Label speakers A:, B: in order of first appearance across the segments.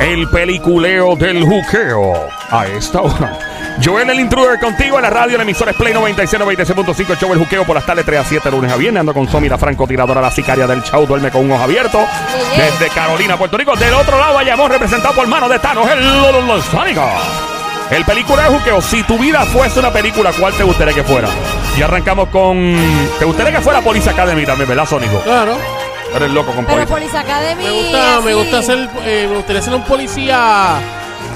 A: El peliculeo del juqueo. A esta hora. Joel el intruder contigo en la radio, la emisora es Play 96, 96.5, el show El Juqueo por las tardes 3 a 7, lunes a viernes. Ando con Somi, la francotiradora, la sicaria del chau, duerme con un ojo abierto. Desde Carolina, Puerto Rico. Del otro lado, Bayamón, representado por manos de Thanos, el Lolo El peliculeo del juqueo. Si tu vida fuese una película, ¿cuál te gustaría que fuera? Y arrancamos con... ¿Te gustaría que fuera Police Academy también, verdad, Sónico?
B: Claro.
A: Tú Eres loco con
C: Pero
A: Police.
C: Police Academy.
B: Me gusta, me
C: así.
B: gusta ser, eh, me gustaría ser un policía,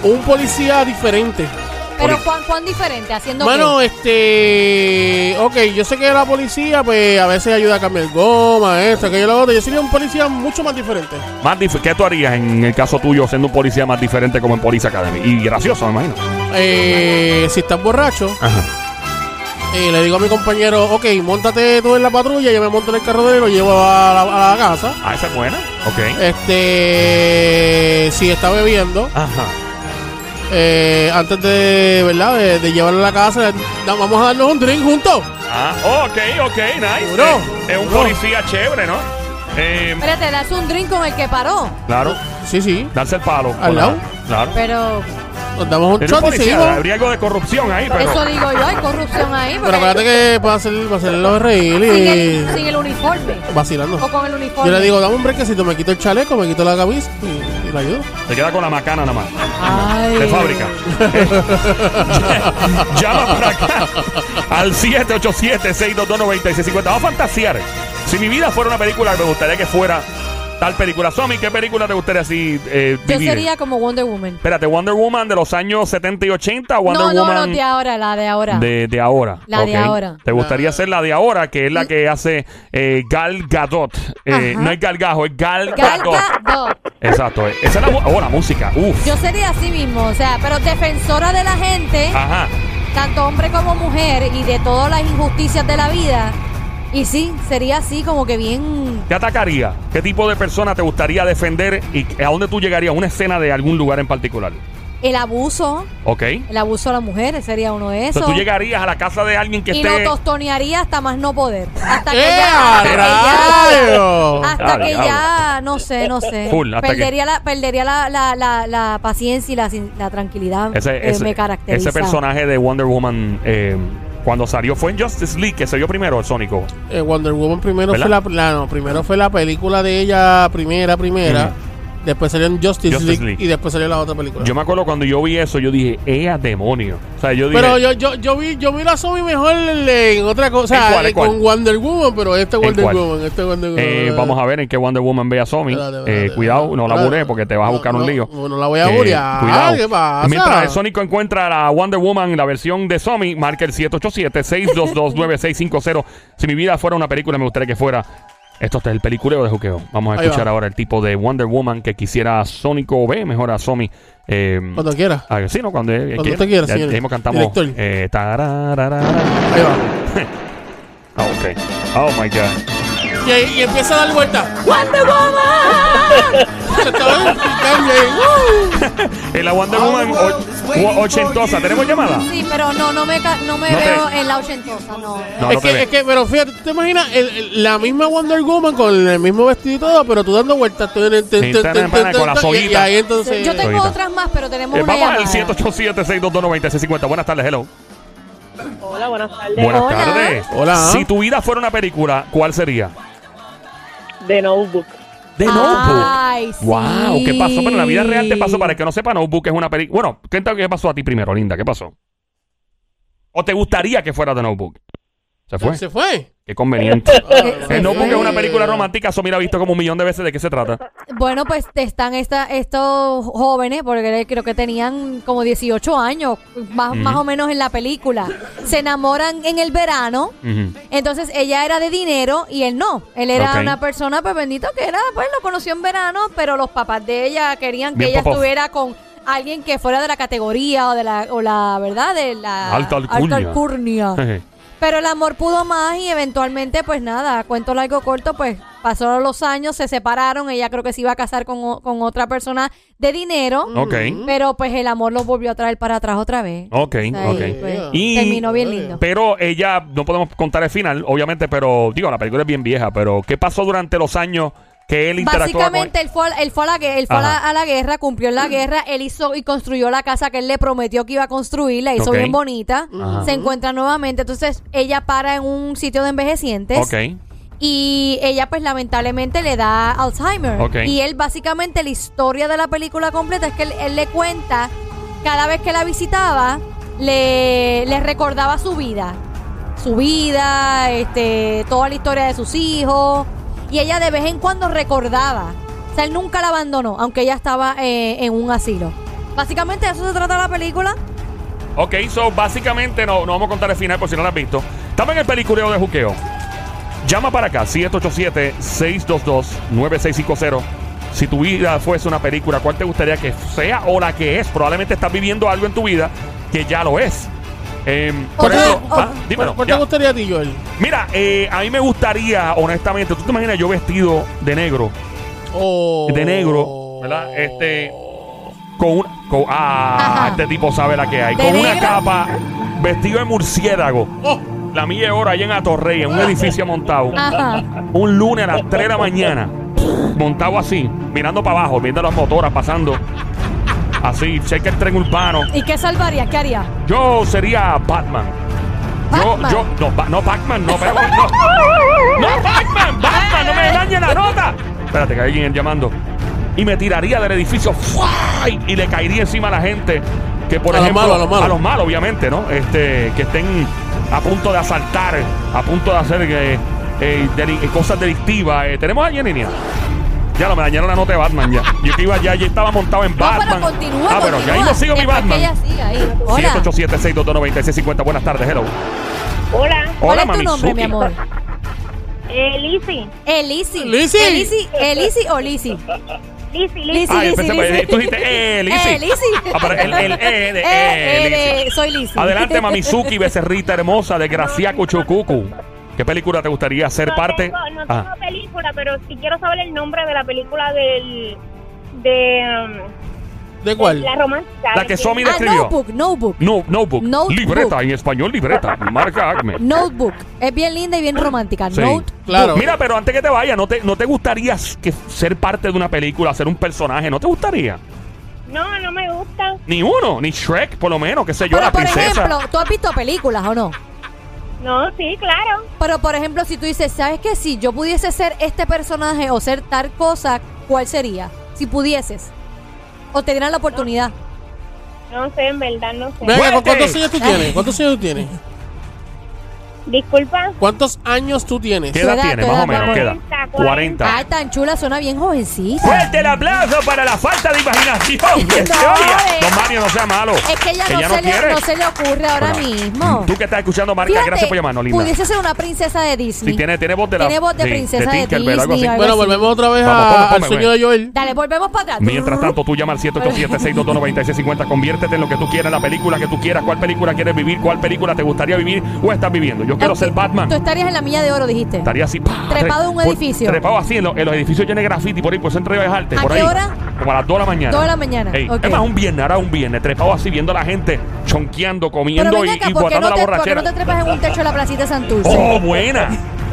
B: un policía diferente.
C: Pero
A: Police.
C: ¿cuán, cuán diferente, haciendo
B: Bueno, este, ok, yo sé que la policía, pues a veces ayuda a cambiar goma, esto, aquello, lo otro. Yo sería un policía mucho más diferente.
A: Más dif- ¿Qué tú harías en el caso tuyo siendo un policía más diferente como en Police Academy? Y gracioso, me imagino.
B: Eh, si estás borracho,
A: Ajá.
B: eh, le digo a mi compañero, ok, montate tú en la patrulla, yo me monto en el carro de él y lo llevo a la, a la casa.
A: Ah, esa es buena. Ok.
B: Este, si está bebiendo,
A: Ajá.
B: eh, antes de, ¿verdad? De, de llevarlo a la casa, da- vamos a darnos un drink juntos.
A: Ah, ok, ok, nice.
B: Bro.
A: Eh, es un
B: Bro.
A: policía chévere, ¿no? Eh,
C: que. Espérate, das un drink con el que paró.
A: claro,
B: Sí, sí.
A: darse el palo.
B: Al lado.
A: Claro.
C: Pero
B: Nos damos un
A: Eres un
B: shot y
A: policía,
B: seguimos.
A: habría algo de corrupción ahí, pero.
C: eso digo yo, hay corrupción ahí.
B: Pero
C: porque
B: acuérdate que para hacer, para hacer los reír
C: sin, el, sin
B: y
C: el uniforme.
B: vacilando.
C: O con el uniforme.
B: Yo le digo, dame un brequecito, me quito el chaleco, me quito la camisa y, y la ayudo.
A: Se queda con la macana nada más.
C: Ay.
A: de fábrica. Llama para acá al 787-622-9650. Vamos a fantasear. Si mi vida fuera una película, me gustaría que fuera tal película. Somi, ¿qué película te gustaría así eh,
C: Yo
A: vivir?
C: sería como Wonder Woman.
A: Espérate, Wonder Woman de los años 70 y 80, Wonder
C: no, no,
A: Woman
C: no, de ahora, la de ahora.
A: de, de ahora.
C: La de
A: Ok.
C: ahora.
A: ¿Te gustaría ser la de ahora, que es la que hace eh, Gal Gadot? Eh,
C: Ajá.
A: no es Gal Gajo, es Gal,
C: Gal
A: Gadot.
C: Gadot.
A: Exacto. eh. Esa es la, mu- oh, la música. Uf.
C: Yo sería así mismo, o sea, pero defensora de la gente,
A: Ajá.
C: tanto hombre como mujer, y de todas las injusticias de la vida. Y sí, sería así como que bien
A: ¿Qué atacaría? ¿Qué tipo de persona te gustaría defender y a dónde tú llegarías? ¿Una escena de algún lugar en particular?
C: el abuso,
A: ¿Ok?
C: el abuso a las mujeres sería uno de
A: O sea,
C: esos.
A: tú llegarías a la casa de alguien que
C: y
A: esté...
C: lo tostonearía hasta más no poder. Hasta que
B: ¡Eh,
C: ya,
B: a
C: hasta que ya,
B: rayos!
C: hasta
A: Ah,
C: que
A: diablo.
C: ya, no sé, no sé.
A: Full, hasta que-
C: perdería la, perdería la, la, la, la paciencia y la, sin- la tranquilidad.
A: ese,
C: eh,
A: ese-
C: me caracteriza.
A: ese personaje de Wonder Woman eh, cuando salió fue en Justice League, que se vio primero el Sónico.
B: Eh, Wonder Woman primero
A: ¿Verdad?
B: fue la, la- no, primero fue la película de ella, primera, primera. Después salió en Justice,
A: Justice
B: League,
A: League.
B: y después salió la otra película.
A: Yo me acuerdo cuando yo vi eso, yo dije, ¡ea demonio! O sea, yo dije...
B: pero yo, yo, yo vi, yo vi la Zombie mejor en, en otra cosa,
A: ¿En cuál, en
B: eh,
A: cuál?
B: con Wonder Woman, pero este
A: ¿En
B: Wonder
A: cuál?
B: Woman, este Wonder Woman.
A: Eh, vamos a ver en qué Wonder Woman ve a Somi.
B: Espérate,
A: Eh,
B: espérate,
A: cuidado,
B: espérate.
A: no la
B: Espérate.
A: buré porque te vas a
B: No,
A: buscar un
B: no,
A: lío.
B: no, no la voy a burear. ¿Qué pasa?
A: Eh, Mientras el Sónico encuentra a la Wonder Woman, la versión de Somi, marca el 787-622-9650. si mi vida fuera una película, me gustaría que fuera. Esto este es el peliculeo de Juqueo. Vamos a
B: Ahí
A: escuchar
B: va.
A: ahora el tipo de Wonder Woman que quisiera Sónico B, mejor a Somi. Eh,
B: Cuando quiera.
A: ah, sí, no, cuando, eh,
B: Cuando usted quiera,
A: Ya-
B: señor.
A: ya mismo cantamos.
B: Director.
A: eh, tarararara.
B: Ahí va.
A: Ah, ok. Oh my God.
B: Y, ahí- y empieza a dar vuelta.
C: Wonder Woman.
B: Se está dando- también.
A: Eh, la Wonder Woman o- o- ochentosa. ¿Tenemos llamada?
C: Sí, pero no, no me, ca- no me
A: No te-
C: veo en la ochentosa, no.
A: No, no
B: es,
A: te
B: que,
A: ve.
B: es que, pero fíjate, ¿tú te imaginas el- el- la misma Wonder Woman con el mismo vestido y todo, pero tú dando vueltas tú- tú- tú- tú-
A: pana, con
B: tú-
A: la
B: tú- y- y
A: soguita.
B: ahí entonces.
C: Yo tengo
A: Ahorita.
C: otras más, pero tenemos
A: Eh,
C: una
A: vamos al
C: llamada.
A: 787-622-9650. Buenas tardes, hello.
D: Hola, buenas tardes.
A: Buenas
C: Hola.
A: tardes.
B: Hola.
A: Si tu vida fuera una película, ¿cuál sería?
D: De Notebook.
A: De
C: Ay, sí.
A: Wow, ¿qué pasó? Pero en la vida real te pasó. Para el que no sepa, Notebook es una película. Bueno, cuéntame qué pasó a ti primero, Linda. ¿Qué pasó? ¿O te gustaría que fuera de Notebook? Se fue.
B: Se fue.
A: Qué conveniente.
C: Eh,
A: El Notebook
C: eh,
A: es una película romántica. Eso mira, he visto como un millón de veces de qué se trata.
C: Bueno, pues están esta, estos jóvenes, porque creo que tenían como 18 años, más, más o menos en la película. Se enamoran en el verano.
A: Ujú.
C: Entonces ella era de dinero y él no. Él era
A: Ok.
C: una persona, pues bendito que era, pues lo conoció en verano, pero los papás de ella querían que
A: Bien
C: ella
A: pop-off.
C: estuviera con alguien que fuera de la categoría o de la, o la verdad, de la
A: Alta alcurnia.
C: alcurnia.
A: Jeje.
C: Pero el amor pudo más y eventualmente, pues nada, cuento largo corto, pues pasaron los años, se separaron, ella creo que se iba a casar con, o- con otra persona de dinero,
A: Ok.
C: pero pues el amor los volvió a traer para atrás otra vez.
A: Ok,
C: Ahí,
A: ok.
C: pues,
A: Y-
C: terminó bien lindo.
A: Pero ella, no podemos contar el final, obviamente, pero digo, la película es bien vieja, pero ¿qué pasó durante los años que él interactuaba con
C: Básicamente él fue, a- él fue, a, la, gue- él fue a, la,
A: Ajá.
C: a la guerra, cumplió en la guerra, él hizo y construyó la casa que él le prometió que iba a construir, la hizo
A: Ok.
C: bien bonita,
A: Ajá.
C: se encuentra nuevamente, entonces ella para en un sitio de envejecientes
A: Ok.
C: y ella pues lamentablemente le da Alzheimer.
A: Ok.
C: Y él básicamente la historia de la película completa es que él, él le cuenta, cada vez que la visitaba, le, le recordaba su vida. Su vida, este, toda la historia de sus hijos. Y ella de vez en cuando recordaba. O sea, él nunca la abandonó, aunque ella estaba eh, en un asilo. Básicamente de eso se trata la película.
A: Ok, so básicamente no, no vamos a contar el final por si no lo has visto. Estamos en el peliculeo de Juqueo. Llama para acá, 787-622-9650. Si tu vida fuese una película, ¿cuál te gustaría que sea o la que es? Probablemente estás viviendo algo en tu vida que ya lo es. Em, por
C: Otra-
A: ejemplo,
C: o-
A: ah, dímelo,
B: ¿Cuál
A: ya.
B: te gustaría a ti, Joel?
A: Mira, eh, a mí me gustaría, honestamente, tú te imaginas yo vestido de negro,
B: O-
A: de negro, ¿verdad? Este, con un, con- ah,
C: Ajá.
A: este tipo sabe la que hay,
C: ¿De
A: con una
C: negro?
A: capa, vestido de murciélago.
B: Oh,
A: La mía es hora allá en Atorrey, en un edificio montado.
C: Ajá.
A: Un lunes a las 3 de la mañana. Montado así, mirando para abajo, viendo las motoras pasando. Así, cheque el tren urbano.
C: ¿Y qué salvaría? ¿Qué haría?
A: Yo sería Batman.
C: Batman.
A: Yo, yo, no, Ba- no Batman, no, pero no. No, Batman, Batman, no me dañe la nota. Espérate, que hay alguien llamando. Y me tiraría del edificio ¡fua! y- y le caería encima a la gente que, por
B: A los
A: ejemplo,
B: malos, a los malos.
A: a los malos, obviamente, ¿no? Este, que estén a punto de asaltar, a punto de hacer eh, eh, deli- eh, cosas delictivas. Eh, ¿Tenemos a alguien, niña? Ya, no, me dañaron la nota de Batman ya. Yo que iba ya, ya estaba montado en
C: No,
A: Batman.
C: pero continúa.
A: ah, pero ya ahí
C: continúa.
A: no sigo mi
C: Después que
A: Batman.
C: ella siga ahí. Hola.
A: 787-622-9650. Buenas tardes, hello.
D: Hola,
C: ¿Cuál es
A: Hola,
C: tu
A: mami
C: nombre, mi
A: Suki.
C: amor?
D: eh, Lizzy,
C: Elisi.
B: Lisi.
C: Elisi, Elisi o Lisi.
D: Lizzy,
C: Lisi,
A: Ah,
C: Lisi,
A: empecé por-
C: Lisi.
A: tú dijiste, eh, Lisi.
C: Eh, Lizzy.
A: Ah, pero el- el E de-
C: Eh,
A: eh,
C: eh,
A: Lizzy.
C: de- Soy Lisi.
A: Adelante, Mamizuki, becerrita hermosa de Gracia Cuchucucu. ¿Qué película te gustaría ser parte?
D: Tengo, no tengo
A: Ah,
D: película, pero sí quiero saber el nombre de la película del de
B: ¿De
D: um,
B: cuál?
D: la romántica.
A: la que Somi
C: Ah,
A: describió.
C: Notebook, Notebook.
A: No, notebook.
C: Notebook.
A: Libreta, en español, libreta. Marca Acme.
C: Notebook. Es bien linda y bien romántica.
A: Sí.
C: Note.
B: Claro.
A: Mira, pero antes que te vaya, ¿no te, ¿no te gustaría que ser parte de una película, ser un personaje? ¿No te gustaría?
D: No, no me gusta.
A: Ni uno, ni Shrek, por lo menos, qué sé yo,
C: Pero
A: la
C: por
A: princesa.
C: ejemplo, ¿tú has visto películas o no?
D: No, sí, claro.
C: Pero por ejemplo, si tú dices, ¿sabes qué? Si yo pudiese ser este personaje o ser tal cosa, ¿cuál sería? Si pudieses. O te dieran la oportunidad.
D: No sé, en verdad no sé.
B: Ven acá,
A: Muerte.
B: ¿Cuántos años tú tienes? ¿Cuántos años tú tienes?
D: Disculpa.
B: ¿Cuántos años tú tienes?
A: ¿Qué edad,
C: edad,
A: tiene?
C: tu
A: Más
C: edad,
A: o menos,
C: mi
A: ¿qué edad?
D: amor.
A: 40.
C: Ay, tan chula, suena bien jovencita.
A: Fuerte el aplauso para la falta de imaginación. que se
C: No,
A: oiga.
C: eh.
A: Don Mario, no sea malo.
C: Es que ella no, se le,
A: quiere.
C: no se le ocurre ahora
A: Bueno,
C: mismo.
A: Tú que estás escuchando, Marca,
C: Fíjate,
A: gracias por llamarnos, linda.
C: Pudiese ser una princesa de Disney.
A: Sí, tiene, tiene voz de la...
C: Tiene voz de
A: sí,
C: princesa de
A: Tinkerbell, algo
C: Disney,
A: así.
C: algo
B: Bueno,
C: así.
B: volvemos otra vez
A: Vamos,
B: a-
A: ponme, ponme,
B: al sueño
A: ven.
B: de Joel.
C: Dale, volvemos para atrás.
A: Mientras tanto, tú llama al 787-622-9650. Conviértete en lo que tú quieras, la película que tú quieras, cuál película quieres vivir, cuál película te gustaría vivir o estás viviendo. Yo quiero
C: Ok,
A: ser Batman.
C: Tú estarías en la milla de oro, dijiste.
A: Estaría así. pa,
C: Trepado en un
A: por-
C: edificio.
A: Trepado así. En, lo- en los edificios llenos de graffiti por ahí, por el centro de Bellas Artes,
C: ¿A
A: por
C: qué
A: ahí.
C: hora?
A: Como a las 2 de la mañana.
C: Dos de la mañana,
A: Ey,
C: ok.
A: Es más, un viernes, ahora un viernes. Trepado así, viendo a la gente chonqueando,
C: Pero
A: comiendo
C: ven
A: y,
C: acá,
A: y
C: ¿por qué, no
A: botando la
C: te, por qué
A: borrachera.
C: no te trepas en un techo de la placita de Santurce?
A: ¡Oh, buena!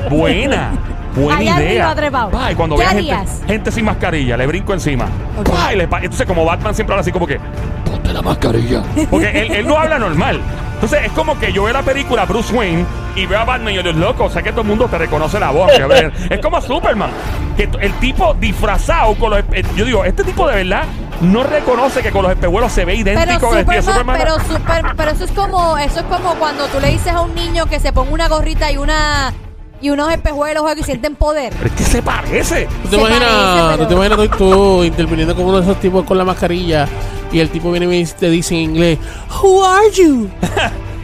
A: Buena. Buena
C: Allá arriba
A: idea.
C: trepado.
A: Pa, y cuando
C: ¿Qué
A: veas gente,
C: harías?
A: gente sin mascarilla, le brinco encima.
C: Ok.
A: Pa, y le pa- entonces, como Batman siempre habla así como que, ponte la mascarilla. Porque él, él no habla normal. Entonces, es como que yo veo la película Bruce Wayne y veo a Batman y yo digo, loco, o sea que todo el mundo te reconoce la voz. que ver- es como Superman. Que t- el tipo disfrazado con los. espe- Yo digo, este tipo de verdad no reconoce que con los espejuelos se ve idéntico
C: Pero
A: al vestido de
C: Superman,
A: Superman.
C: pero super, pero eso es como, eso es como cuando tú le dices a un niño que se ponga una gorrita y una y unos espejuelos o algo y sienten poder.
A: Pero es que se parece.
B: ¿Tú
C: Se
B: te, imaginas,
C: parece,
B: tú te
C: pero-
B: imaginas tú, tú interviniendo con uno de esos tipos con la mascarilla y el tipo viene y me dice- te dice en inglés, Who are you?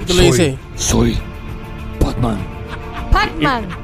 B: y tú le dices,
E: Soy Batman.
C: Pac-Man.